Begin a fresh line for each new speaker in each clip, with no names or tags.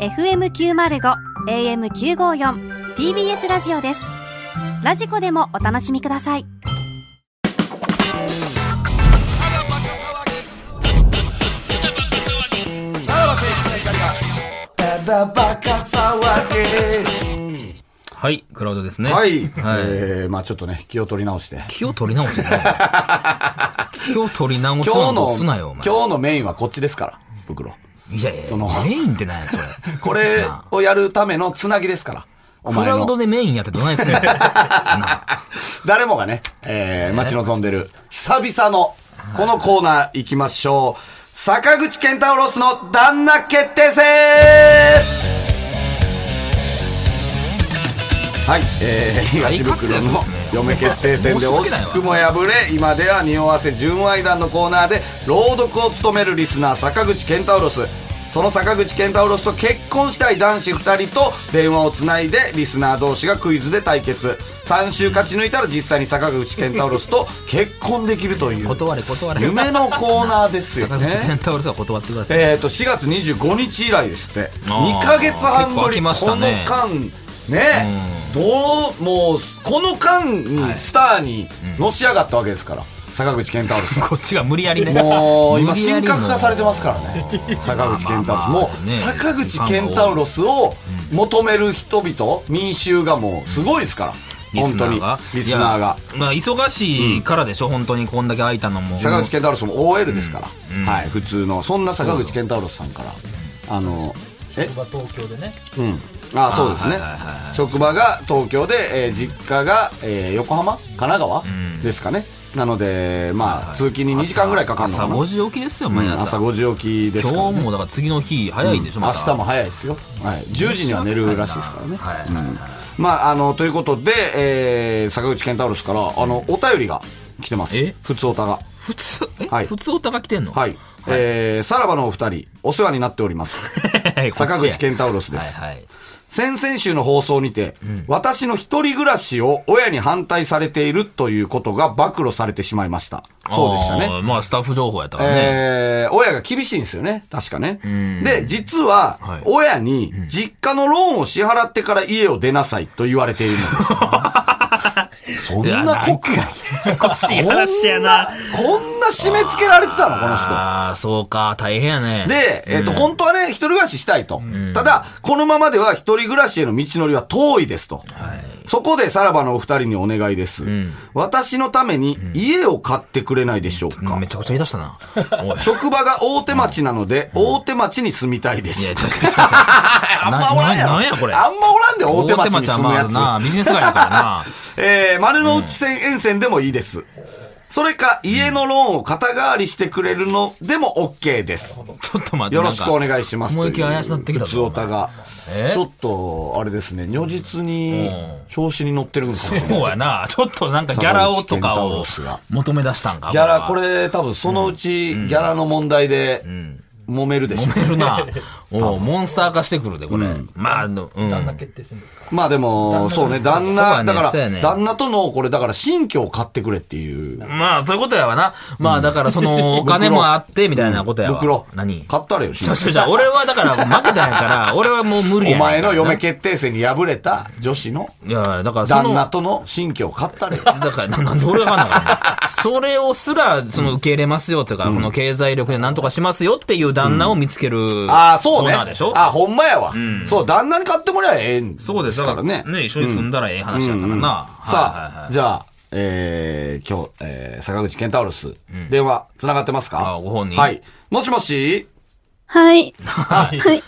FM905 AM954 TBS ラジオですラジコでもお楽しみください
はい、クラウドです ね。
はい。
はい
えー、まあちょっとね、気を取り直して。
気を取り直 すな。気を取り直す
今日
な
の、
どすなよ、お
今日のメインはこっちですから、袋。
前。いやいや、
その
メインって何や、それ。
これをやるためのつなぎですから。お
ク
前
ラウド
の。
でメインやってどないす んのなあ
誰もがね、えー、待ち望んでる、久々の、このコーナー行きましょう。坂口健太郎ロスの旦那決定戦はい、えー、東袋の嫁決定戦で惜しくも破れ、今では匂わせ純愛団のコーナーで朗読を務めるリスナー坂口健太郎ロス。その坂口健太郎ロスと結婚したい男子2人と電話をつないでリスナー同士がクイズで対決。3週勝ち抜いたら実際に坂口健太郎ロスと結婚できるという
断れ、断れ。
夢のコーナーですよ
坂口健
ね。
太郎さんは断ってください。
えっと、4月25日以来ですって。
あー
2ヶ月半ぶり、
結構空きまし
こ
た
の
ね
間、ね、どう、もう、この間にスターにのし上がったわけですから、坂口健太郎さ ん。
こっちが無理やりね。
もう今
無理や
神
り
格化されてますからね坂口健太
まあまあまあ
もう
ね
坂口健太ロスを求める人々民衆がもうすごいですから
リ
本
スナ
当
ー
に
が。
リスナーが
いやまあ、忙しいからでしょ、本当にこんだけ空いたのも。
坂口健太郎さんも OL ですから、
ん
はい、普通のそんな坂口健太郎さんからあのえ
東京でね
うんあそうですね
はいはいはいは
職場が東京で、えー実家が、えー横浜神奈川、
ん
ですかねなのでまあ通勤に2時間ぐらいかかるのかな
朝5時起きですよ、毎
うん
朝。
朝5時起きですから、ね、
今日もだから次の日早いでしょ、
明
ま
日
た
も早いですよ、はい、10時には寝るらしいですからね、
はい
うんまああのということで、えー坂口健太郎氏からあのお便りが来てます
え
普通おたが
普通え、
はい
普通おたが来てんの
はい、 えーさらばのお二人お世話になっております坂口健
太
太郎氏です、
はいはい
先々週の放送にて、私の一人暮らしを親に反対されているということが暴露されてしまいましたそうでしたね
あーまあスタッフ情報やったからね、
えー親が厳しいんですよね、確かね。
ん
で、実は
はい、
親に実家のローンを支払ってから家を出なさいと言われているのです。そん
いや
な
なん
酷
か
な。
ややこしい
こんな、こ
話や
ん
な
な締め付けられてたの、この人。
ああそうか大変やね
で、えっ、と、本当はね、一人暮らししたいと。ただ、このままでは一人暮らしへの道のりは遠いですと。そこで、さらばのお二人にお願いです。
ん
私のために家を買ってくれないでしょうか。
めちゃくちゃ言い出したな おい
職場が大手町なので、大手町に住みたいで
いや違
す。
う違う違うあんまおらんやろななんやこれ
あんまおらんで、大手町に
は
住む
まあ
や
なビジネス街やからな
つ。えー、丸の内線沿線でもいいです。それか、家のローンを肩代わりしてくれるのでも OK です。
ちょっと待って
よろしくお願いしますと
雲
いう。
行き怪しなってきたぞ
普通おたが。
え
ちょっと、あれですね、如実に
うん
調子に乗ってるんですかもしれない
そうやなちょっとなんかギャラをとかを求め出したんか
ギャラ、これ多分そのうち、ギャラの問題で、揉めるでしょう。
揉め るな。おうモンスター化してくるで、これ。まあ、あのうん。
旦那決定戦ですから
まあでも、そうね、旦
そう
那、
や
だ
ね
か
そう
ら、
やね
旦那との、これだから、新居を買ってくれっていう。
まあ、そういうことやわな。まあ、だから、その、お金もあって、みたいなことやわ。
袋。
何
買ったらよ、新
ちょ
居
ちょちょ、俺はだから、負けたんやから、俺はもう無理
お
やねんから
前の嫁決定戦に敗れた女子の
いや、だから、そ
旦那
の、
との新居を買ったら よ。
だから、ななんで俺がわかんなかったそれをすら、その、受け入れますよとか、この経済力でなんとかしますよっていう旦那を見つける。
ああ、そうね。
コーナーでしょ
あ、ほんまやわ。そう、旦那に買ってもらえばええん
そうです。だからね、一緒に住んだらええ話やからな。はいはい
さあ
は、い
じゃあ、えー、今日、えー、坂口健太郎ス、電話、つながってますか
あご本人
はい。もしもし
はい。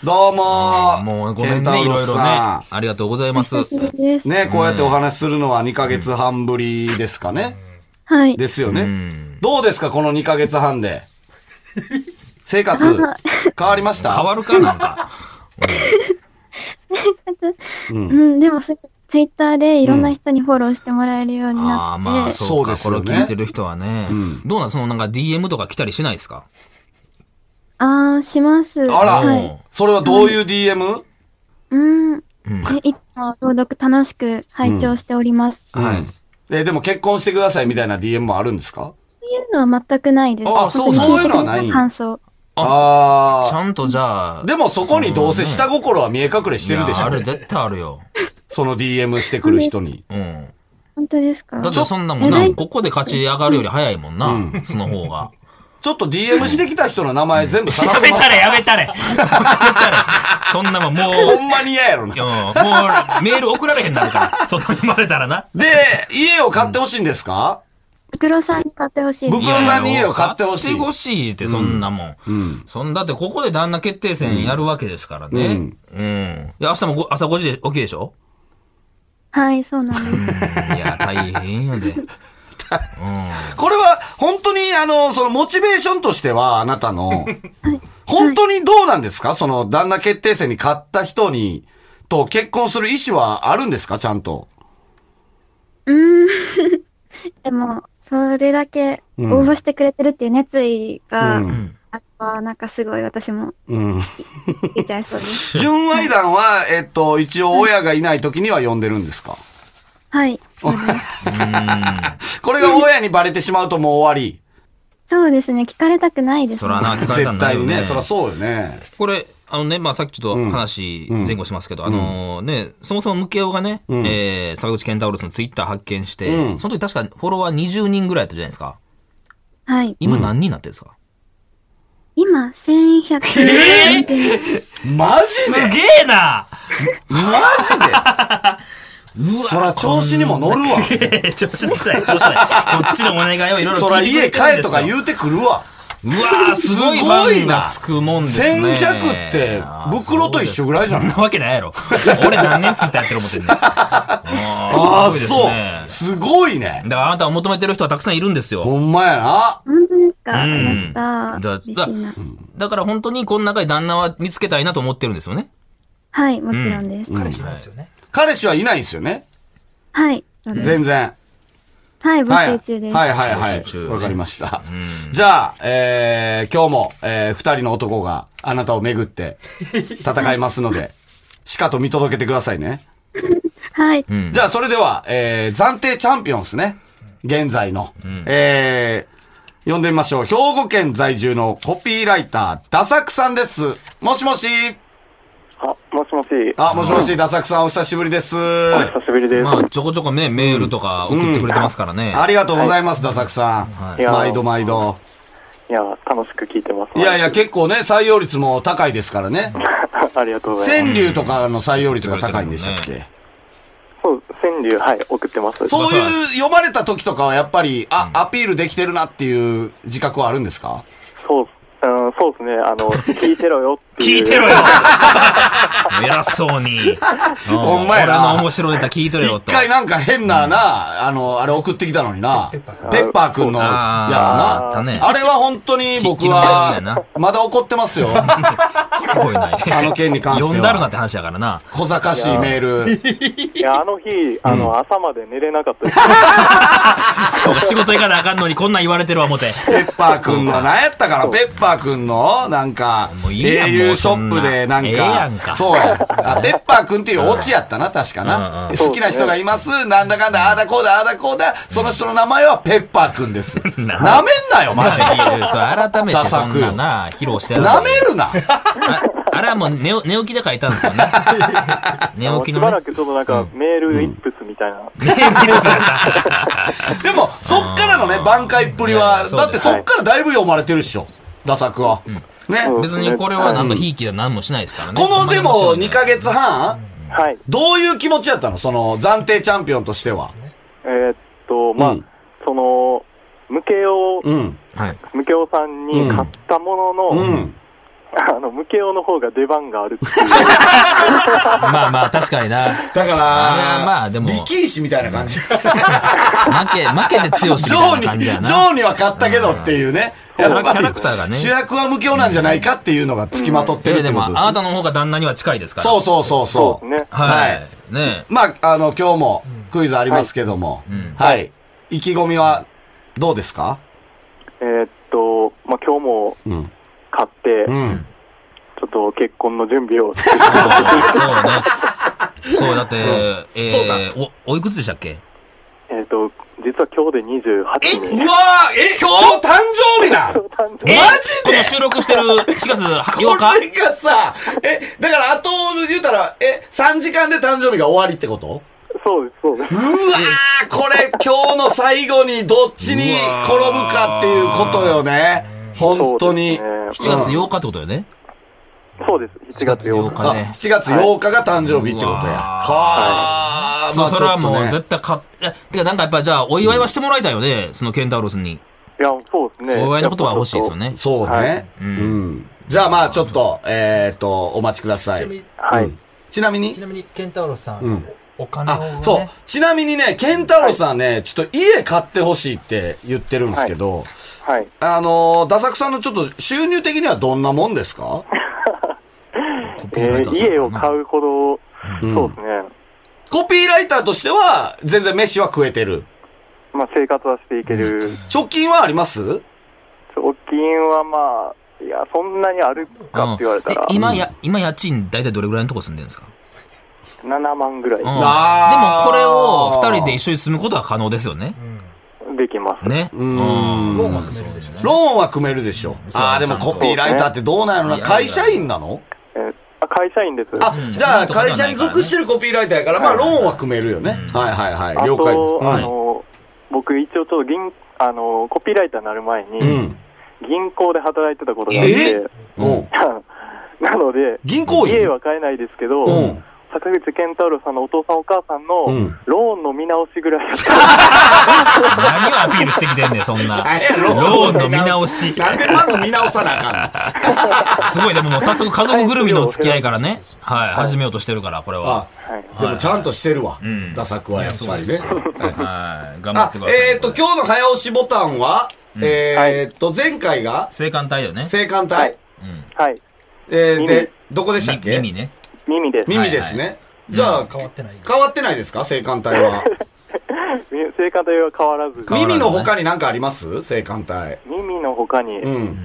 どうも
もう、ごめんね、
ケンタ
い
ウ
ろ
ロ
い
ス
ろね。
さ
ありがとうございます。
久しぶりです。
んね、こうやってお話しするのは2ヶ月半ぶりですかね。
はい。
ですよ
う
ね。
ん
どうですか、この2ヶ月半で。生活、変わりました
変わるかなん か。
うん、でもすぐ、ツイッターでいろんな人にフォローしてもらえるように
あ
な
あ、
って、
まあ、そうか、
そ
こ
う
れ
ですよね
聞いてる人はね
ん。
どうなんそのなんか DM とか来たりしないですか
ああ、します。
あら、
はい。
それはどういう DM?
うん。
うん。
えいつも朗読楽しく拝聴しております。
はい。えーでも結婚してくださいみたいな DM もあるんですか
そういうのは全くないです。
あそう
個人的
そういうのはない
感想。
あ
ち
あ。
ゃんとじゃあ。
でもそこにどうせ下心は見え隠れしてるで
い
し
やあ
ょ。
る、絶対あるよ。
その DM してくる人に。
うん。
本当ですか
だってそんなもん
ちょっ
な、
と
ここで勝ち上がるより早いもんな、その 方が。
ちょっと DM してきた人の名前全部
や
探
め
せます
た。れ、やめたれ。やめたれ。そんなもん、 もう、
ほんまに嫌やろな
うん。もう、メール送られへんなるから、外に生まれたらな。
で、家を買ってほしいんですか
袋さんに買ってほしいで
僕
す。
袋さんに家を買ってほしい
買ってほしいって、そんなもん。そんだって、ここで旦那決定戦やるわけですからね。うん。いや、明日もご朝5時で起きでしょ
はい、そ うなんです。
いや、大変よね。
これは、本当に、あの、その、モチベーションとしては、あなた の、本当にどうなんですかその、旦那決定戦に勝った人に、と結婚する意思はあるんですかちゃんと。
でも、それだけ応募してくれてるっていう熱意が、あはなんかすごい私も
うん。
ついちゃいそ うです。
純愛団は、えっと、一応、親がいない時には呼んでるんですか
はい。
これが親にバレてしまうともう終わり。
そうですね、聞かれたくないです
そ
ね。
らな、聞かれたん
絶
だ
対
よ
にね。
ね。
そりゃそうよね。
これ、あのね、まあ、さっきちょっと話前後しますけど、あのね、そもそもムケオがね、えー、坂口健太郎さんのツイッター発見して、
うん
その時確かフォロワー20人ぐらいだったじゃないですか。
はい。
今何人になってるんですか、
今、1100
え
マジ
すげえな
マジでそら調子にも乗るわ。
調子乗ってない、調子乗ってない。こっちのお願いをいろいろ
そら
聞いてく
家
れ
帰
てるんで
と
す
か
よ
言うてくるわ。
うわー、すごいファンがつくもんですね。
1100って袋と一緒ぐらいじゃない
あーそうですかそんなわ けないやろ。俺何年ツイッターやってる思ってんねん。あ
ああ、
ーす
そ
ごいうで。す
す
ね
ごいね。
だからあなたを求めてる人はたくさんいるんですよ。
ほんまやな。
本当ですか、
うん
やった
だ
ー。嬉しいな。
だから本当にこの中で旦那は見つけたいなと思ってるんですよね。
はい、もちろんです。
彼氏なんですよね。
彼氏はいないんですよね。
はい。そうです
全然。
はい、募
はい。はい
集中です。
はい
募集
は
中
い。わかりました。じゃあ、えー、今日も、えー、二人の男があなたを巡って戦いますので、しかと見届けてくださいね。
はい。
うん
じゃあ、それでは、えー、暫定チャンピオンですね。現在の。えー、呼んでみましょう。兵庫県在住のコピーライター、ダサクさんです。もしもし。
あ、もしもし。
あ、もしもし、ダサクさん、お久しぶりです。
お久しぶりです。
まあちょこちょこね、メールとか送ってくれてますからね。
ありがとうございます、ダサクさん。
いや
毎度毎度。
いや、楽しく聞いてます。
いやいや、結構ね、採用率も高いですからね。
構。ありがとうございま
川
す。
柳とかの採用率が高いんでしたっけ
そう、川柳、はい、送ってます。
そういう読まれた時とかはやっぱり、あ、アピールできてるなっていう自覚はあるんですか
そう、うん、そうですね。あ の、聞いてろよって
聞
いう。
いてろよ偉そ うに。
ほんまやな
俺の面白ネタ聞いてろよ
一
と。
回なんか変なな、あの、あれ送ってきたのにな、ペッパーくんのやつ
あーあ
な
っ。たね。
あれは本当に僕
き昨日やるんだ
は
よな、
まだ怒ってます よ。
すごいな。
あの件に関しては
呼んだるなって話やからな。
小賢しいメール。
いや、あの日、あの、朝まで寝れなかったです。
そうか、仕事行かなあかんのにこんなん言われてるわ、思て。
ペッパーくんの、何やったから、ペッパーくんの、なんか
もう、いいやん
au ショップで、なん
もうそんなええやんか
か、そうや。あペッパーくんっていうオチやった な、確か
うんう。
なん好きな人がいます、なんだかんだ、ああだこうだ、ああだこうだ、その人の名前はペッパーくん です。なめんなよ、マジで。
いやそう 改めてそんな な、披露してや
なめるな
ああれはもう寝寝起きで書いたんですよね。 寝
もう
起き
し
の
ば
ね
ら。くちょっとなんか、メールイップスみたいな。
でも、そっからのね、挽回っぷり
いやい
は、
やそう
だっ
で
て
す
そっからだいぶ読まれてるっしょ、打作は。ね。
うん
別にこれは何のひいきは何もしないですからね。
こので
ほ
も、
んまに面白いね
2ヶ月半、
はい。
どういう気持ちやったのその、暫定チャンピオンとしては。
えーっと、まあ、
うん
その、ムケオ、
うん。
はい。
ムケオさんに買ったものの、
うん。
あの、ムケオの方が出番があるっていう。
まあまあ、確かにな。負
だから、
あれはまあでも
力石みたいな感じ。
け、負けて強し
ジ
み
ョ
た
ー
いな感
に、ジ
じや
ョ
な。
ーには勝ったけどっていうね。
キャ
やっ
ラ
ぱ
キャラク
り、
ターがね。
主役は無形なんじゃないかっていうのが付きまとってる
え
っ
で
てこ
も、
と
あ
です
な
ね。
たの方が旦那には近いですから。。
そううそうそうそ
ね。
う。
は。
はい
ね
まあ、あの、今日もクイズありますけども、はい。意気込みはどうですか
えーっと、まあ、今日も
うん。
買って、
うん。
ちょっと結婚の準備を。
そうね。そう、だって、え
そうだ
ー、お、おいくつでしたっけ
えっと、実は今日で28
う
名。
わーえ今日誕生日な
今日誕生
え
日
マジ
こ
で
の収録してる4月8
こ
日
れがさ、え、だからあと、言うたら、え、3時間で誕生日が終わりってこと
そうです、そうです
う。わー、これ今日の最後にどっちに転ぶかっていうことよね。本当に。
そうで
7
す
月8日ってことよね。
そうです、7月8
7月8
日。
日ね
あ7月8日が誕生日ってことや。
うわー
はー、
そう、それは
ちょ
もう
っと
絶対買って、てかなんかやっぱじゃあお祝いはしてもらいたいよね、そのケンタウロスに。
いや、そうですね。
お祝いのことは欲しいですよね。
そう
は
ね
い。
うん。じゃあまあちょっと、えっと、お待ちくださ。
ちないみ
は
う
い
ん。ちなみに
に、ちなみに、ケンタウロスさん、
うん
お金を、ね
あ、、そう。ちなみにね、ケンタロウさんね、ちょっと家買ってほしいって言ってるんですけど、
はい。
あのー、ダサクさんのちょっと収入的にはどんなもんですか
コピーラ
え
イター
ー
さん
家を買うほど、
うん
そうですね。
コピーライターとしては、全然飯は食えてる。
まあ、生活はしていける。
貯金はあります
貯金はまあ、いや、そんなにあるかって言われたら
え、今や、今家賃大体どれぐらいのとこ住んでるんですか
7万ぐら
うん。で
い
あ
も
ー
これを二人で一緒に住むことは可能ですよね。
できます。
ね。
うーん
ローンは組めるでしょうね。
ローンは組めるでしょ。
そう
ああ、でも
ちゃんと
コピーライターってどうなんやろな。
いやいや
会社員なの
えーあ会社員です。
あ
ん、
じゃあ
そんなことはない
会社に属してるコピーライターやから、まあローンは組めるよね。はいはいはい。
あ
了解
と、あ
です。
の、僕一応ちょっと銀、あの、コピーライターになる前に、
うん。うん
銀行で働いてたことがあって、
うん。
なので、
銀行員
家は買えないですけど、
うん
坂口健太郎さんのお父さんお母さんの、
うん
ローンの見直し ぐらい。
何をアピールしてきてんねん、そんな。
何や
ローンの見直し。
なんでまず見直さなあかんの
すごい、でももう早速家族ぐるみの付き合いからね。はい、始めようとしてるから、これ は
あ。、
はい。
でもちゃんとしてるわ
ん。
ダサくはやっぱりね。
はい、頑張っ
あ
てくだ、さい。
えっと、今日の早押しボタンは、えっと、前回が、
生還隊よね。
青函隊。
うん。
はい。
えー、で
耳、
どこでしたっけ
耳ね。
耳です。
耳ですね。じゃあ、
変わってない。
変わってないですか青函隊は。
耳生活は変わらず。
わらず
耳の他に何かあります青函隊。
耳の他に、
うん。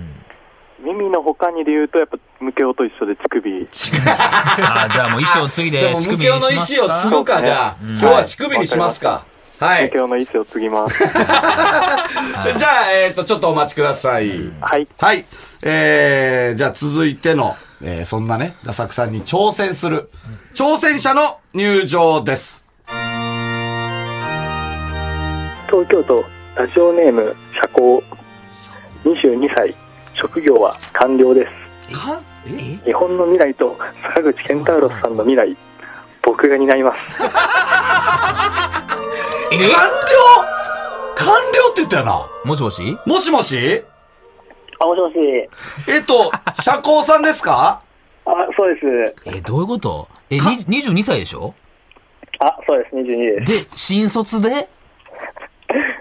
耳の他にで言うと、やっぱ、ムケオと一緒で乳首。
あーじゃあもう衣装を継い
で
で
も、
乳
無
首に
形の
し
意
ます
思を
か
継ぐか、
そうですね
じゃあ、
うん
今日は乳首にしますか。は
ム
い
ケ。オの意思を継 ぎます。
じゃあ、えっと、ちょっとお待ちください。
はい。
はい。えー、じゃあ続いての、えー、そんなね、ダサクさんに挑戦する、挑戦者の入場です。
東京都ラジオネーム社交22歳職業は官僚です日本の未来と坂口健太郎さんの未来僕が担います
官僚官僚って言ったよな。
もしもし
もしもし
あもしもし
えっと、社交さんですか
あそうです
え、どういうことえ、に22歳でしょ
あそうです22で
で、新卒で
す、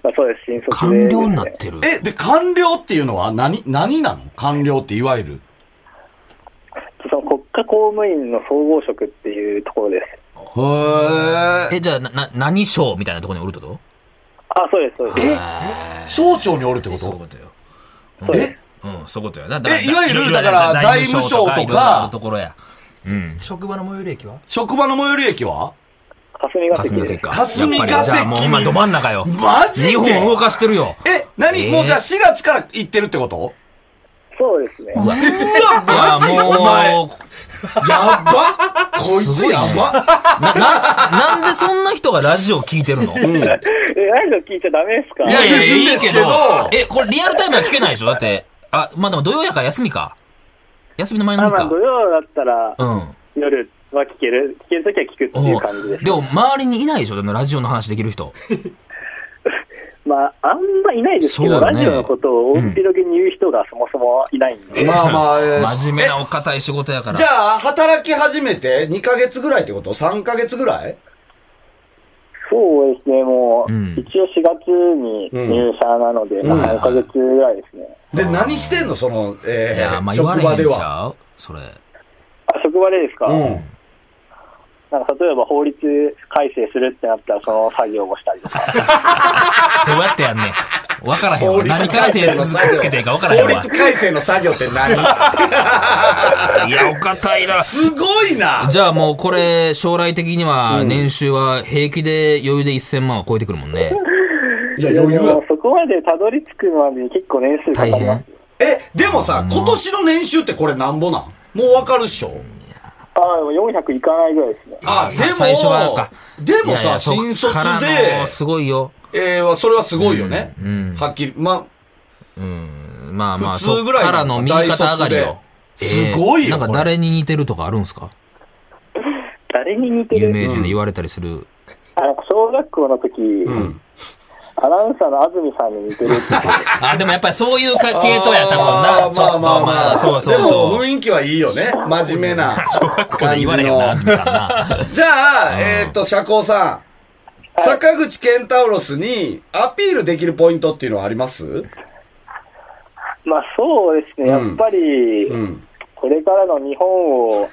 まあ、そうです新卒で
官僚になってる。
え、で、官僚っていうのは何、何なの官僚っていわゆる。
その国家公務員の総合職っていうところです
へー。
え、じゃあ、な、な、何賞みたいなところにおるってこ
あそうですそうです
え、省庁におるって
と
こ
そういう
と
ことよ。
え
うん、そういうことよ。だ
えいわゆるだから財務省とか
いろいろあるところや。うん。
職場の最寄り駅は
職場の最寄り駅は
霞が関
霞
で
ヶ
す
関
霞
か。
ヶ関に
やっぱりじゃあもう今ど真ん中よ。
マジで
日本動かしてるよ。
え、何、
えー
もうじゃあ4月から行ってるってこと
そうですね
うわ、マジ
い
で
や
お前。
もう、
やばこいつやば
な、な、なんでそんな人がラジオ聞いてるのい
えラジオ聞いちゃダメですか
いやいいん
い
で
い
すけ
け
ど
ど、え、これリアルタイムは聞けないでしょだって、あ、まあでも土曜やから休みか。休みの前の日か。
曜だったら
うん。
夜は聞ける聞けるときは聞く
お
って
でも周りにいないでしょでもラジオの話できる人。
まあ、あんまいないですけ
そう
ど、
だ
ラ
ね
ジオのことを大広げに言う人がそもそもいないんで、
まあまあ、えー
真面目なお堅い仕事やか
え
ら。
じゃあ、働き始めて2ヶ月ぐらいってこと ?3 ヶ月ぐらい
そうですね、もう、
うん
一応4月に入社なので、
うん
まあ、3ヶ月ぐらいですね。
で、何してんのその、
い
え
や、ま
ー、
あ言わ
職
れへ
場
ん
で
ち
は。
ゃうそれ。
あ、職場でですか、
うん。
なんか例えば法律改正するってなったら、その作業をしたりとか。
どうやってやんねん。わからへん
法
わ。
律
何から
改
手
正の
つ
作業
つけていいかわからへん
法
わ
律。改正の作業って 何
いや、お堅いな。
すごいな
じゃあもうこれ、将来的には、年収は平気で余裕で1000万は超えてくるもんね。
いや、余裕
で
だ
も。そこまでたどり着くまでに結構年数かかります。
え、でもさ、今年の年収ってこれなんぼなんもうわかるっしょ
ああ、でも400いかないぐらいですね。
あ、で
まあ最初はなんか
も、でも
いやい
さ、
やそっ
新卒
からの
で、
すごいよ。
えー、それはすごいよね。
うん。
はっきり、ま、
うん。まあまあ、
普通ぐらいの
そっからの右肩上がりよ。
大卒で。すごいよ
えーなんか誰に似てるとかあるんですか
誰に似て
有
る
名人で言われたりする。
あの小学校の時、
ん
アナウンサーの安住さんに似てるって言って
あ、でもやっぱりそういうか系統やったもん
あー
な。ちょ
ま
っ
あ
と
まあ
ま
まあ。
あ、そうそう
でも
そう。
雰囲気はいいよね。真面目な
小学校で言われへんよな、
感
安
じ
住さんな。
のじゃあ、えーっと、社交さん。坂口健太郎にアピールできるポイントっていうのはあります
まあそうですね、やっぱり、
うん。
これからの日本を支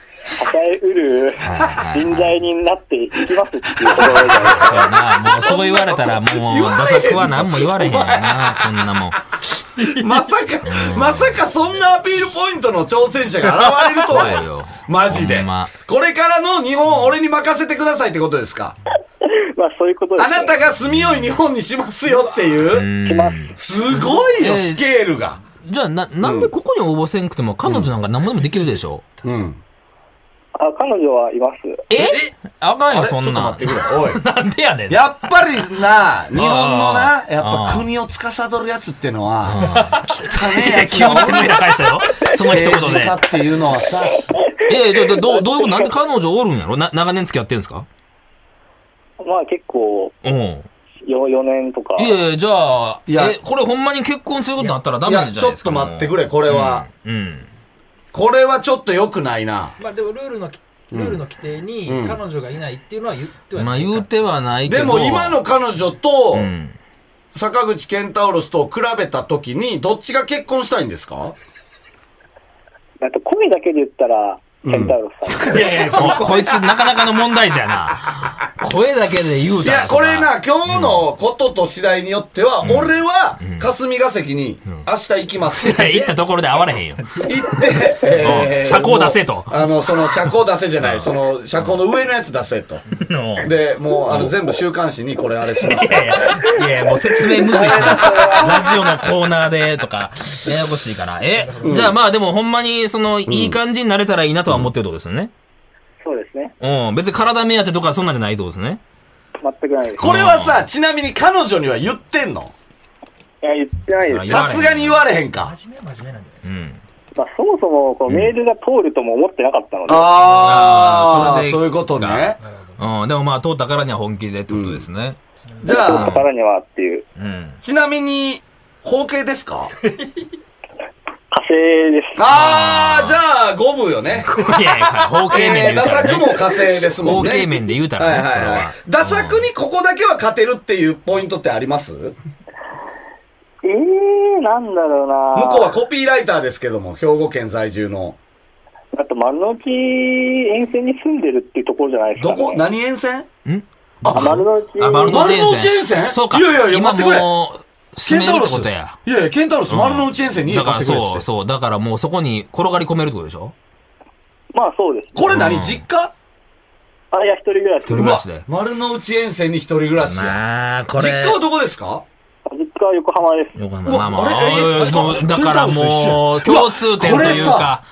えうる
はい
人材になっていきますっていうところで、
そうやな。もうそう言われたら、もう、ダサくは何も言われへんよな、こんなもん。
まさか、まさかそんなアピールポイントの挑戦者が現れるとは
そう
よ
よ。
マジで
ほんま。
これからの日本、俺に任せてくださいってことですか
まあそういうことです
あ
ね。
なたが住みよい日本にしますよっていう。
来ます。
すごいよ、
えー
スケールが。
じゃあ、な、なんでここに応募せんくても、彼女なんか何もでもできるでしょ
うん。
あ、彼女はいます。
えあかん
あ
よ、
れちょ
そ
っと
んな
待
ん
って。くれ。おい。
なんでやねん。
やっぱりな、日本のな
あ、ー
やっぱ
あー
国を司るやつってのは、汚ねえやつ
急に手のひら
が
返し たよ。その一言
政治家っ
で。
ていうのはさ、
ええ、じゃあじゃあどう、どういうことなんで彼女おるんやろな、長年付き合ってんすか
まあ結構、
うん。
よ4年とか。
いやいや、じゃあ、
いや
え、これほんまに結婚することになったらダ
い
メなん
や、
じゃ
ち
な
ょ
いで
っ
すか。
と待ってく
れ。
れ、これは。
うん。
これはちょっと良くないな。
まあでもルールのき、ルールの規定に
うん
彼女がいないっていうのは言ってはい
まあ
ないか
言うてはないけ
で
ど。
も今の彼女と
う、ん。
坂口健太郎と比べた時に、どっちが結婚したいんですか
あと声だけで言ったら、ケンタウロスさん。
いやい や、そこいつなかなかの問題じゃな。声だけで言う
い
たら
や、これな、
そ
今日のことと次第によっては、俺は、霞が関に、明日行き ます。
ら。行ったところで会われへんよ。
行って、えー
社交出せと
もうあの、その、社交出せじゃない、その、社交の上のやつ出せと。
の
で、もう、あの、全部週刊誌にこれあれします
い。やいや、いやもう説明むずいしな。ラジオのコーナーでとか、ややこしいから。え、じゃあまあでもほんまに、その、いい感じになれたらいいなとは思ってるってことですよね。
そうですね。
うん。別に体目当てとかそんなんじゃないってことですね。
全くないです。
これはさ、ちなみに彼女には言ってんの
いや、言ってないです。
さすがに言われへんか。
真面目は真面目なんじゃないです
う
か。
ん。
まあそもそも、こうメールが通るとも思ってなかったので、
あ
あーそ
ー、
れで
そういうことね。
うん。でもまあ、通ったからには本気でってことですね。
じゃあ、
さらにはっていう、
うん。
ちなみに、包茎ですか
火星です。
あー、じゃあ、五分よね。
いやいや、 方形面
えー、
で言う
ダ
た
サ
ら、ね。
くも火星ですも
方
んね。
形面で言うた
は
ら
い
ね、そ
は
れ
いはい
は。。
ダサくにここだけは勝てるっていうポイントってあります向こ
ええー、なんだろうな
うはコピーライターですけども、兵庫県在住の。
あと丸の内沿線に住んでるっていうところじゃないですか、
ど
ね。
こ何沿線
ん
あ丸の内。
あ、丸の内沿線。
丸の内沿線
そうか。
いやいやいや
今
待ってくれ
もう、
ケ
住
ン
め
タ
るっ
ウロ
て
ス。
ことや。
いやいや、ケンタウロス、丸の内沿線に家
だ
買
か
っ
ら
てくれって
そ
言
う、
って。
そう。だからもうそこに転がり込めるってことでしょ
まあそうです。
これ
う
何
ん
実家
あ、いや、一人暮らし
一人
う
暮ら
わ
しで、
丸の内沿線に一人暮らしや。
まあ、こ
実
れ。
家はどこですか
実家は横浜です。
横
う
浜
わ
まあまあ
あれえ
あ
確か
もうだからもう、
ケンタウ
共
ロスと一緒
通点という
うわ
か。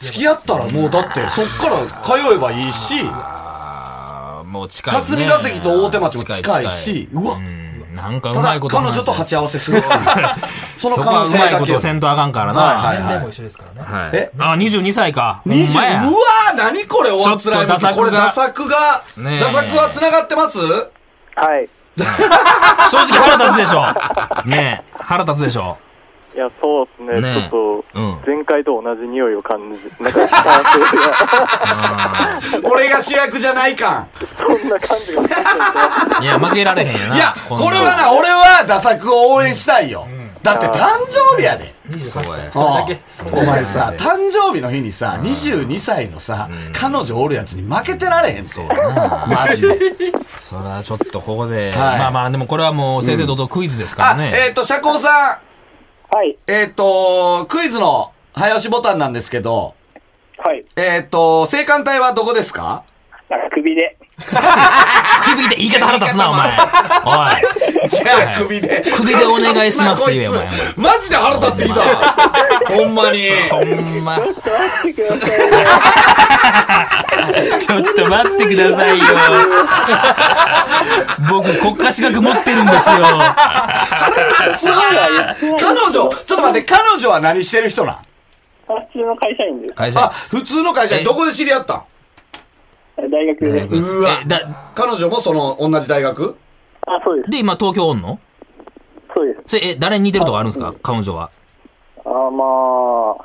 付き合ったらもうだって、そっから通えばいいし、
あーもう近い、ね。
霞ヶ関と大手町も近い
近
し、うわ
う、ん、なんかう
た
ま
だ
いこと
彼
話
女
して
と鉢合わせ するっていうその
そ
可
こは
能
う
性
まい
だ
こ
け
とせんとあかんからな。
はい
年齢も一緒ですからね。
はい
え
あ、22歳か。ほん
20、う
ま
わ
や
ー何これ、おあつらい
ちょっとダサ
向
く
き。こ
が
れ、ダサくが、
ねえ
ダサくは繋がってます
はい。
正直腹立つでしょ。ねえ、腹立つでしょ。
いや、そうですね。
ねえ
ちょっと、
うん
前回と同じ匂いを感じ、なんか、 あ
俺が主役じゃない 感。
そうそんな感じがします
いや、負けられへんやな。
いや、
んん
これはな、俺はダサくを応援したいよ。だって誕生日やで。
28歳。
お前さ、誕生日の日にさ、22歳のさ、彼女おるやつに負けてられへん
そう
ぞ。
やな。
マジで。
それはちょっとここで、
はい
まあまあ、でもこれはもう正々堂々クイズですから
あ、
ね。
えっと、社交さん、
はい。
えっと、クイズの早押しボタンなんですけど、
はい。
えっと、青函隊はどこですか
なんか首 で、
首で言い方腹立つな、お前。おい。
じゃあ首で。
首でお願いしますって言えよお前
こいつマジで腹立ってきた。ほんまに。
ほんま。
ちょっと待ってくださいよ。
ちょっと待ってくださいよ。 僕、国家資格持ってるんですよ。
すごい彼女、ちょっと待って、彼女は何してる人なん
普通の会社員です。
会
あ
社、
普通の会社にどこで知り合ったん
大学で。
員。
うわ
えだ
彼女もその、同じ大学
あ、そうです。
で、今、東京おんの
そうです。
それ、え、誰に似てるとかあるんですか彼女は。
あーまあ、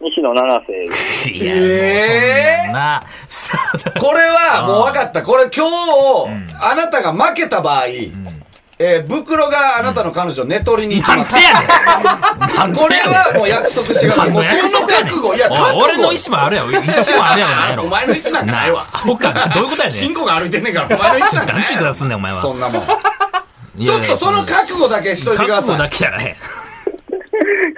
西野七瀬です。
いや、
えー
もうそんな。
これは、もう分かった。これ今日、あなたが負けた場合、えー袋があなたの彼女を寝取り に行き
な
ま
ん
す
で。やねん。
これはもう約束してください。もうその覚悟。いや、覚
おい
悟。
俺の意思もあるやろ。意思もあるやろ、なんやろ。
お前の意思なんかないわ。
他、どういうことやね
信
ん。
号が歩いてんねんから、お前の意 思なんか
何
ない
ちゅう
わ
だすんねん、お前は。
そんなもん。
い
ち
や
ょ
い
っ
や
とその覚悟だけしといてくだ
覚悟
さ
だ
い。
けやね。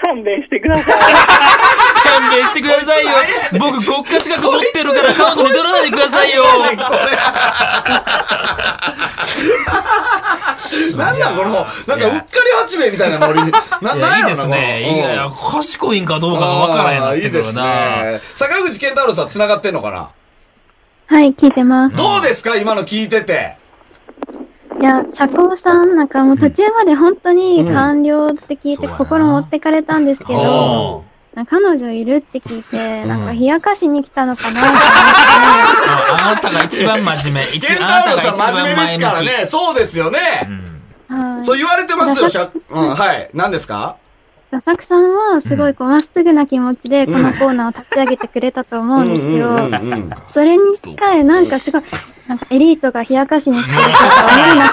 勘弁してください。
勘弁してくださいよ。僕、国家資格持ってるから、彼女に取らないでくださいよ。
なんなんこの、なんかうっかり八兵衛みたい なノリに。な、
い
な
や
んやろな
いいです
こ
ね。
の
いやい
うん
や、賢いんかどうかがわからへんな
あ
っ
ーい
て
い
く
で
る
す
な。
ね。坂口健太郎さん繋がってんのかな
はい、聞いてます。
どうですか今の聞いてて。
いや、社交さんなんかもう途中まで本当に官僚って聞い
そう
て
やな
心持ってかれたんですけど、
おー
なんか彼女いるって聞いて、なんか冷やかしに来た のかなと思って
あなたが一番真 面目。一
健太
あなた
郎
が
さん
一
真
番
面目ですから
前向き。
ね。そうですよね。
はい
そう言われてますよ、しゃ、うん、はい。何ですか
ダサクさんはすごいこうまっすぐな気持ちでこのコーナーを立ち上げてくれたと思うんですけど、
うん。
それに引き換えなんかすごい、なんかエリートが冷やかしに来てるとは思えな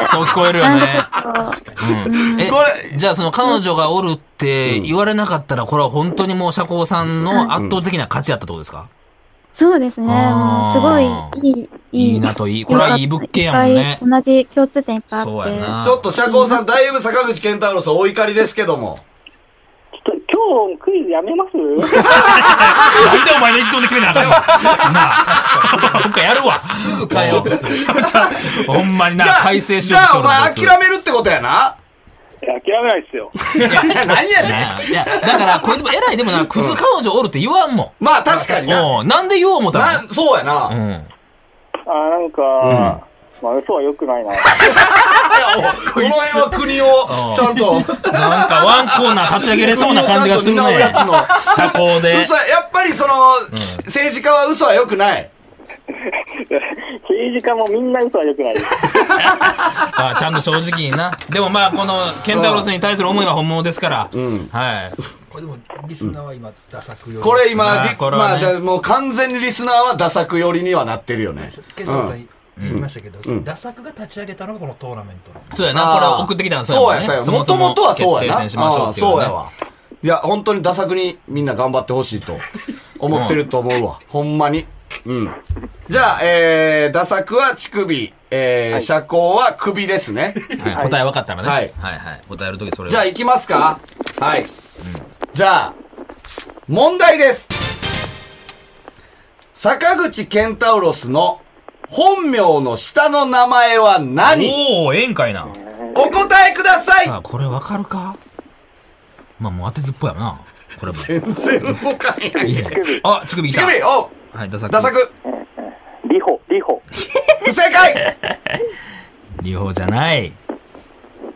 くて、
そう聞こえるよね。
なんかこ
うんえ
これ、
じゃあその彼女がおるって言われなかったら、これは本当にもう社交さんの圧倒的な価値やったってことですか
うそうですね、もうすごい
あー
いい、
いいなといい。これはいい物件やもん
いっ
ね
ぱ。い同じ共通点いっぱいあって。
そうやな。
ちょっと社交さん、だいぶ坂口健太郎さんお怒りですけども。
ちょっと今日クイズやめます
なんでお前の一存で決め なあかんのなあ。 僕やるわ。すぐ変えようとする。 ちゃうほんまにな、改正し
じ
よう
ゃ
とし
あ
と
お
る
前
こいつ
諦めるってことやな
いや諦めないですよ。
何やねん。
ねいや、だから、こいつも偉いでもな、クズ彼女おるって言わんも
まあ確かに
ん。
な。
もう、なんで言おう思った
な
の
そうやな。
う
あ
いや
ん。
ーなんか、まあ嘘は良くないな。
おこの辺は国をちゃんと。
なんか、ワンコーナー立ち上げれそうな感じがする
国をち
ね
ゃ。んと担うやつの
社交で。
嘘や、やっぱりその、政治家は嘘は良くない。
政治家もみんな嘘は良くないです。
あちゃんと正直にな。でもまあ、この、ケンタロウスに対する思いは本物ですから。はい。
これでも、リスナーは今、ダサくより。
これ今、
まあ
り
これ
ま
は
あ、
ね
だもう完全にリスナーはダサく寄りにはなってるよね。
ケントさん言いましたけど、ダサくが立ち上げたのがこのトーナメントなんです。
そうやな、
あー
これを送ってきたんです
そうや、そうや。もともとはそうやな。
決定戦しましょうっていう
あ
ね
あそうやわ。いや、本当にダサくにみんな頑張ってほしい と思ってると思うわ。ほんまに。うん。じゃあ、えー、ダサくは乳首、えー、社交は首ですね。
はい、答え分かったらね。
は
はいい。はいはい。答えるときそれを
じゃあ、行きますかはい。じゃあ、問題です。坂口健太郎の本名の下の名前は何
おおええんかいな。
お答えください
さあ、これ分かるかまあ、もう当てずっぽやな。これも。
全然動かへんやん。
いやいやあ、乳首い
乳
た。
首お
はい、ダサく。
ダサく
リホ、リホ。
不正解
両方じゃない。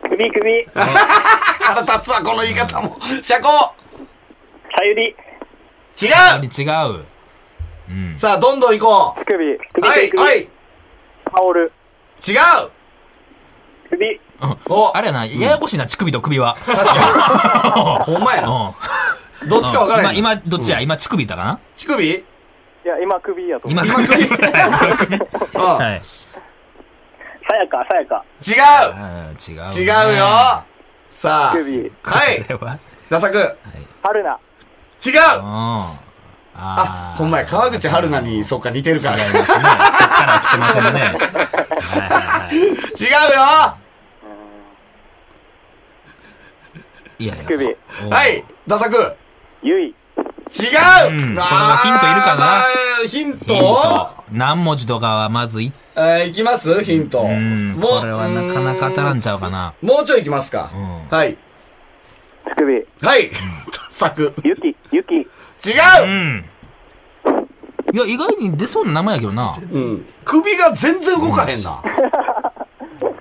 首、首。
腹立つわ、この言い方も。社交
さゆり。
違
やっぱり違う。
うさあ、どんどん行こう。
首。首、
はい、
首、
は
首。
い。違う
タオル。首。
お
あれやな、ややこしいな、乳首と首は。
確か に。ほんまや
うん
な。。どっちか分からへん。
今、今どっちや今、乳首いたかな
乳首
いや、今首やと思う。
今、
今
首。
首うん
はい。
さやか、さやか。
違う
あー違うね。
違うよさあ。
首。
はい
これは。
ダサく。
春菜。
違う
うん。ああ
あ、ほんまや、川口春奈に、そっか、似てる
違い
か
ます
ら。
ね。
違
そっから来てま すよね。はいはいは
うよ
い。いやいや。
首。
おー
はい、ダサく。
ゆい。
違う、
うんこれはヒントいるかな
あーヒント
ヒント何文字とかはまずい
えーいきますヒント。
うん
もう
これはなかなか当たらんちゃうかな
もうちょいいきますか。
ん
はい。
乳首、
はい。作。
雪、 雪、
違
う
う、
んいや意外に出そうな名前やけどな
うん、首が全然動かへんな。は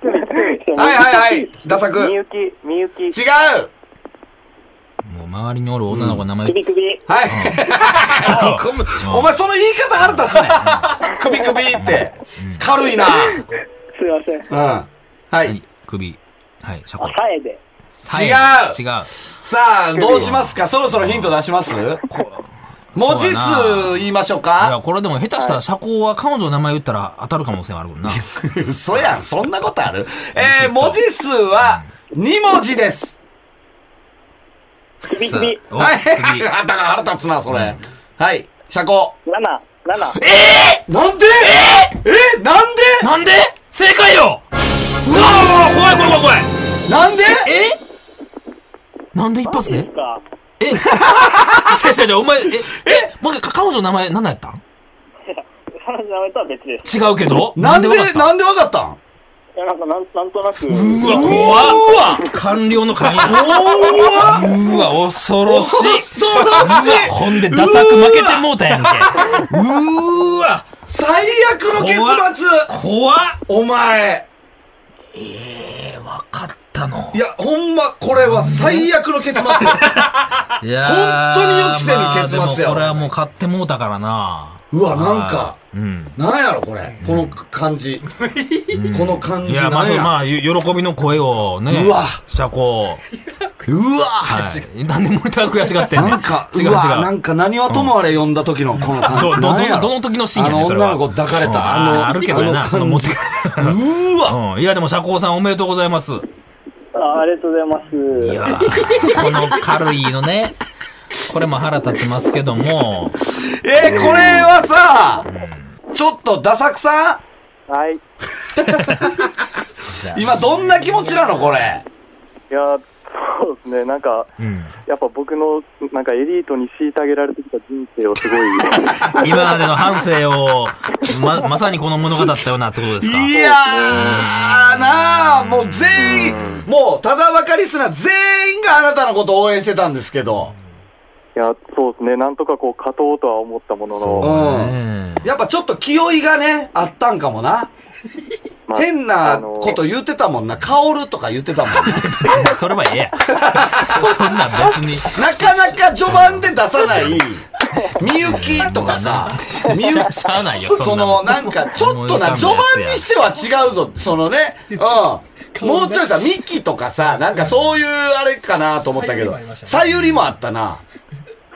いはいはい。ダサ
み
違う
ゆき、みゆき、
もう周りにおる女の子の名前、
首首、
はい。こお前その言い方腹立つね。首首って。軽いな。
すいません。
うん。はい。
首はいシャコ
さえで。
左右
違
違う
さあ、どうしますかそろそろヒント出します文字数言いましょう
いや
か
これでも下手したら社交は彼女の名前言ったら当たる可能性もあるもんな
嘘やん。そんなことあるえー、文字数は2文字です。
首首、
お
はい。
首
だから腹立つな、それ。はい。社交。
七、七。
なんでええなんで
なんで正解ようわー怖い怖い怖い怖い
なんで
なんで一発で
か。
え 違う違う違う、お前、え、え、もう一回、彼女の名前何だったん
彼女の名前とは別です。
違うけど
なんで
わかった
なんでわかったん
いや、なんか、なん、なんとなく。
うわ、
う
怖っ
わ
官僚の官僚。うわ、恐ろしい。
恐ろしいう
わほんで、ダサく負けてもうたやんけ。うーわ、
最悪の結末
怖っ。
お前
わかったの
い。や、ほんま、これは最悪の結末
いや
本当に予期せぬ結末やわ
まあでもこれはもう買ってもうたからな。
うわ、なんか
は、い。うん。
なんやろ、これ。この感じ。この感
い
じ
や、
な
ま
ん
ず、
や。
まあ、ゆ喜びの声をね。
うわ
社交。
う
は
わ
い。なんで森田が悔しがってんね
なんか、
違う
う
違う。
わなんか、何はともあれ呼んだ時のこの感じ
ど、ど、。
なんや
ど、
ろ
どの時のシーンや
あ
ねん、
の、
それは。
女の子抱かれ
うん
た。
あー
あ
あ
の、
るけど
あ
な、その持って
感
帰
じ
る。
うわ
うん。いや、でも、社交さんおめでとうございます。
あありがとうございます。いや、
この軽いのね。これも腹立ちますけども。
えー、これはさ、ちょっと、ダサくさ
はい。い
ん今、どんな気持ちなの、これ。
や、そうですね。なんか、
うん。
やっぱ僕の、なんかエリートに虐げられてきた人生をすごい、
今までの反省を、ま、まさにこの物語ったようなってことですか。
いやーなあもう全員、もう、ただばかリスナー全員があなたのことを応援してたんですけど、
いや、そうですね。なんとかこう、勝とうとは思ったもの
う
の、
うん。
やっぱちょっと気負いがね、あったんかもな。
まあ
変な
あの
こと言ってたもんな。薫とか言ってたもんな。
それはええや。そそんなん別に。
なかなか序盤で出さない、みゆきとかさ、みゆ
しゃ、しゃあないよ、そ
そ
んな
の、
もん。
なんか、ちょっとな、序
思い浮かぶやつや
盤にしては違うぞ、そのね、うん。もうちょいさ、ミキとかさ、なんかそういうあれかなと思ったけど
さゆりもありまし、たね
さゆりもあったな。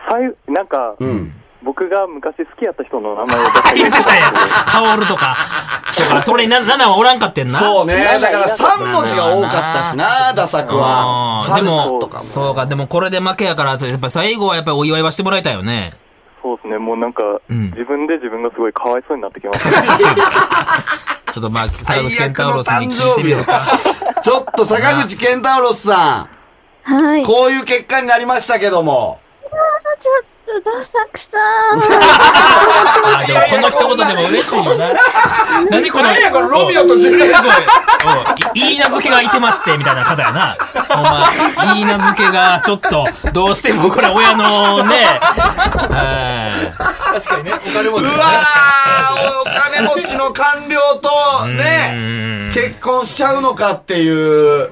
さゆなんか、
うん。
僕が昔好きやった人の名前を出して
言ってたやん。カオルとか。とか、それにな、ナナはおらんかってんな。
そうね。だから
なんか
3文字が多かったしな、ダサくは。
うんで
春菜
も
とか、も。
そうか、でもこれで負けやから、やっぱ最後はやっぱりお祝いはしてもらいたいよね。
そうですね。もうなんか、
うん
自分で自分がすごいかわいそうになってきました。
ちょっとまあ、坂口健太郎さんに聞いてみようか。
ちょっと坂口健太郎さ
はい。
ん、こういう結果になりましたけども。
あちょっとダサくさー。
あー、でもこの一言でも嬉しいよ な。何この。
何やこのロミオとジュリエット
すごい。おいいい名付けがいてまして、みたいな方やな。お前、いい名付けが、ちょっと、どうしても、これ親のね、は
確かにね、お金持
う
ち
わー
だね、
お金持ちの官僚と、
い。う
ね、
ーん
結婚しちゃうのかっていう、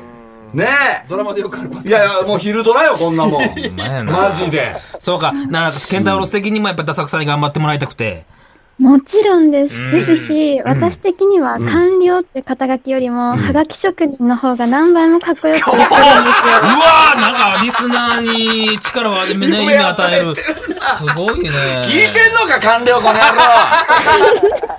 ね。
ドラマでよくあるパターン
いやいや、もう昼ドラよ、こんな もん。
お前やな
マジで。
そうか。なんか、ケンタウロス的にもやっぱダサくさに頑張ってもらいたくて。
もちろんです。
うん
ですし、私的には官僚って肩書きよりも、はがき職人の方が何倍もかっこよくて
うわーなんか、リスナーに力をあげめね、夢与える。 すごいね。
聞いてんのか、官僚この野郎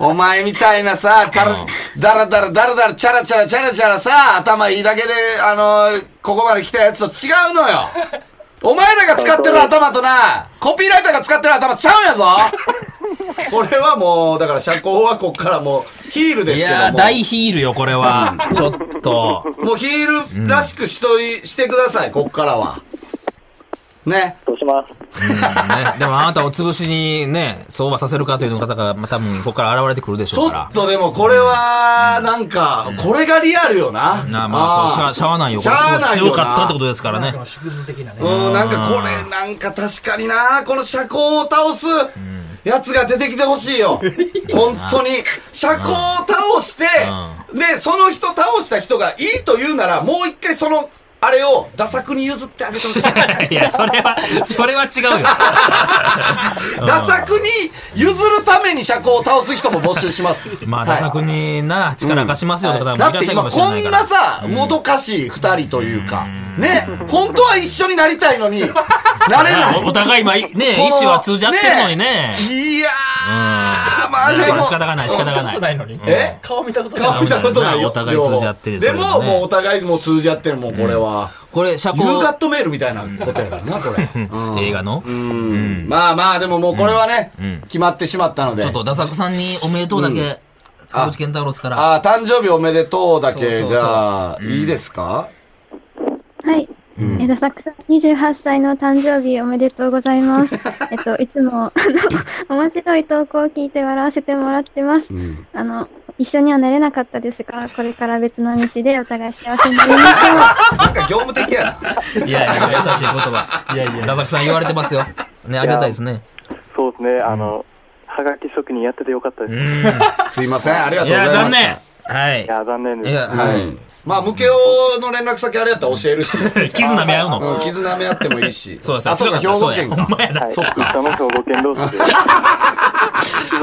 お前みたいなさ、たら、だらだらだらだら、チャラチャラチャラチャラさ、頭いいだけで、あのーここまで来たやつと違うの よ。お前らが使ってる頭とな、コピーライターが使ってる頭ちゃうんや ぞこれはもう、だから社交はこっからもう、ヒールで
い
すけ
や
ど
ー、
も。
大ヒールよ、これは。ちょっと。
もうヒールらしくしとい、してください、こっからは。ね。
そうします。
ね、でもあなたを潰しにね、そうはさせるかという方が、まあ、多分ここから現れてくるでし
ち
ょ
ょ
うから
っ。とでもこれは、なんか、これがリアルよな。
なあまあ、そうしゃ、しゃあないよ。
しゃあないよな
強かったってことで すからね。
縮図的なね。
うん、なんかこれ、なんか確かにな、この社交を倒すやつが出てきてほしい よ。本当に。社交を倒して、で、その人倒した人がいいと言うなら、もう一回その、あれを、打作に譲ってあげてほし い。
いや、それは、それは違うよ。
打作に譲るために社交を倒す人も募集します。
まあ、打作にな、力貸しますよって方もい
だ
ら
っ
っして
今
ゃるかもしれ
こ
ない
ん
から。
なさ、もどかしい二人というか、ね、本当は一緒になりたいの に、なれない。
おお互い今、ね、意
この
思は通じ合ってるのにね。
いやー、まあ
だ
で
か
も
ら仕、方がない、仕方が
見た
な
こ
い
と。ないのに。
え
顔見たことない。
顔見たことないよ。
お互い通じ合ってる
で
それは
も、
ね
もうお互いもう通じ合ってる、もうこれは。
これ、社
ユー
交
ガットメールみたいなことやからな、これ。うん
映画の、
うんまあまあ、でももうこれはね
ん、
決まってしまったので。
ちょっと、ダサクさんにおめでとうだけ、塚口健太郎ですから。
ああ、誕生日おめでとうだ
そうそう
け、
そう
じゃあ、いいですか
はい。えダサクさん、28歳の誕生日おめでとうございます。えっと、いつも、あの、 面白い投稿を聞いて笑わせてもらってます。あの、一緒にはなれなかったですが、これから別の道でお互い幸せになりまし
なんか業務的やな。
いやいや、優しい言葉。いやいや、ダサクさん言われてますよ。ね、ありがたいですね。
そうですね、あの、はがき職人やっててよかったです。い
すいません、ありが
い
とうご
や、
ざいま
残
した。
念。はい。
や、残念です。
いや、
は
はい
い。まあ、ムケオの連絡先あれやったら教えるし。う。
絆目合 うの。
ん、絆目合ってもいいし。
そうです
あ、そうか、兵庫県
ほん
か。
まやだ
はい。
そっか
その兵庫県同士で。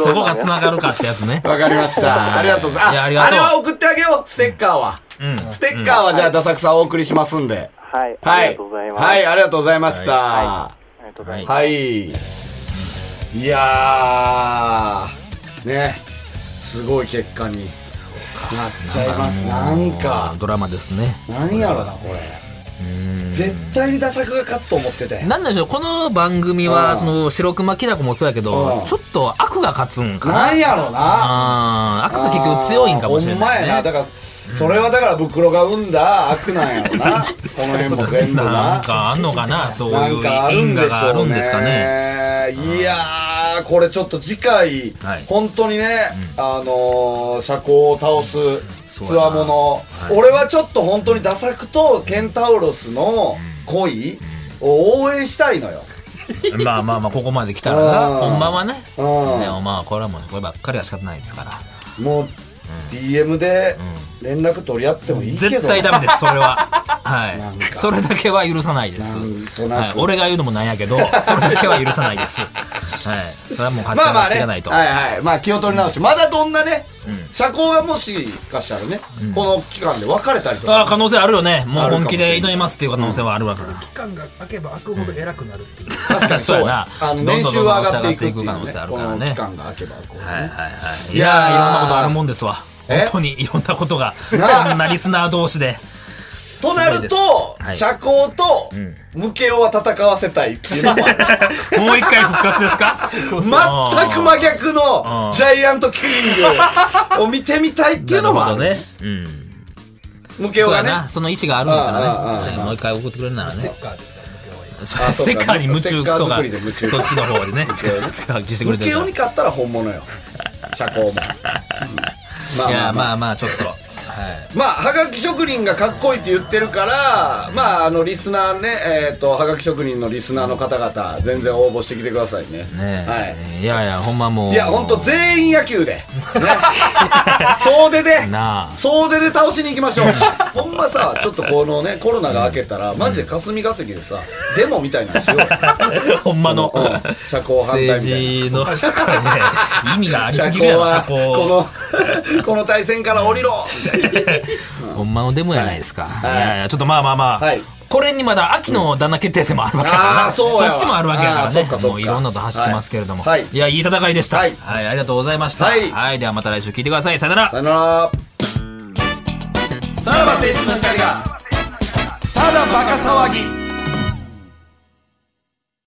そこが繋がるかってやつね。
わかりました。ありがとうございま
い
す。
や
あ
あ
あ
りがとう
れは送ってあげよう、ステッカーは。
うん。
ステッカーはじゃあ、ダサクさんお送りしますんで。
はい、あ
は
りが
い
とうござい。ます。
は
あ
い、ありがとうございました。は
りがとうございま
い。いやー、ね、すごい結果になっちゃいます。なんか、
ドラマですね。
なんやろな、これ。絶対にダサクが勝つと思ってて。
なんでしょう、この番組
うん
は、その、白熊きなこもそうやけ
う
ど
ん、
ちょっと悪が勝つんかな。
なんやろな。
ああ、悪が結局強いんかもしれない、
ほん
ね。
まやな。だから、それはだから、袋が生んだ悪なんやろな。この辺も全部な。
なんかあんの かな、そう
ないん
う
かあるん
因
で
果
し
があ
ょ
る
うんね。
ですかね。
いやー、これちょっと次回、
はい
本当にね、あのー、社交を倒す、つわもの
そうやなは。
俺
い
はちょっと本当にダサクとケンタウロスの恋を応援したいのよ。
まあまあまあ、ここまで来たらな
うん、
ほんまはね。
う
で
ん。
もまあ、これはもう、こればっかりは仕方ないですから。
もう、DM で連絡取り合ってもいいけど。
絶対ダメです、それ は。はい。それだけは許さないです
なんと。なく
はい、俺が言うのもなんやけど、それだけは許さないです。はい。それはもう勝ち
まあ
上
ま
が
あ
ってい
ね、
か
は
ない
い
と。
はい。まあ気を取り直して、まだどんなね、社交がもしかしたらね、この期間で別れたりと
ああ
か。
可能性あるよね。も
あ
う
るかも
本
し
気
れない
で挑みますっていう可能性はあるわけだ。
期間が空けば空くほど偉くなるっていう。
確かに
そう
そう
や
や
な。
あ
ど
の
んどん
年収は上がっていくっていう、
上がって
ね
いく可能性あ、る
こ
から
の
ね
期間が空けばこう、ね
はいはいはい。
い
い
や
や
ー
ー、いろんなことあるもんですわ。
え
本当にいろんなことが。こん
な
なリスナー同士で。
となると、
はい
社交と無形は戦わせたいっていう のもある
もう一回復活ですか
全く真逆
う
の
ん
ジャイアントキリングを見てみたいっていうのもあ
な
る
るほどね。うん。
無形
そう
が
や
ね
な。その意思があるんだ
うんうん
か
うん
ら
う
ね。
ん
もう一回送ってくれるならね。
カーですから、僕は今。
あ
ステッカーに夢中、
ステッカー
そう
作
か
りで夢。中
そっちの方に ね、力発揮してく
無
れてる
形
か
に勝ったら本 物よ社交も、うん
ら。い
ま
や、
あ
まあまあ、ちょっと。はい。
まあ、はがき職人がかっこいいって言ってるから、まあ、あの、リスナーね、えっ、と、はがき職人のリスナーの方々、全然応募してきてくださいね。
ね
はい。
え。いやいや、ほんまもう。
いや、ほんと、全員野 球で。ね。総出で。
なあ。
総出で倒しに行きましょう。ほんまさ、ちょっとこのね、コロナが明けたら、マジで霞が関でさ、デモみたいなのしようよ。
ほんまの
うん。 社交反対みたいな
政治の社会で意味があり
社
すぎる
交
やろ、
は
社、交。
この、こ の対戦から降りろみたいな
ほんまのデモやないですか。
い
いやいや、ちょっとまあまあまあ
はい。
これにまだ秋の旦那決定戦もあるわけだから
あー
な。
そうやわ
っちもあるわけだから
あーそっかそ
ね
っ。か
もういろんなと走ってますけれども。
はいはい
いや、いい戦いでした。
は
はいい。ありがとうございました。
はい
はい。ではまた来週聞いてください。さよなら
さ。よならさらば青春の光がただバカ騒ぎ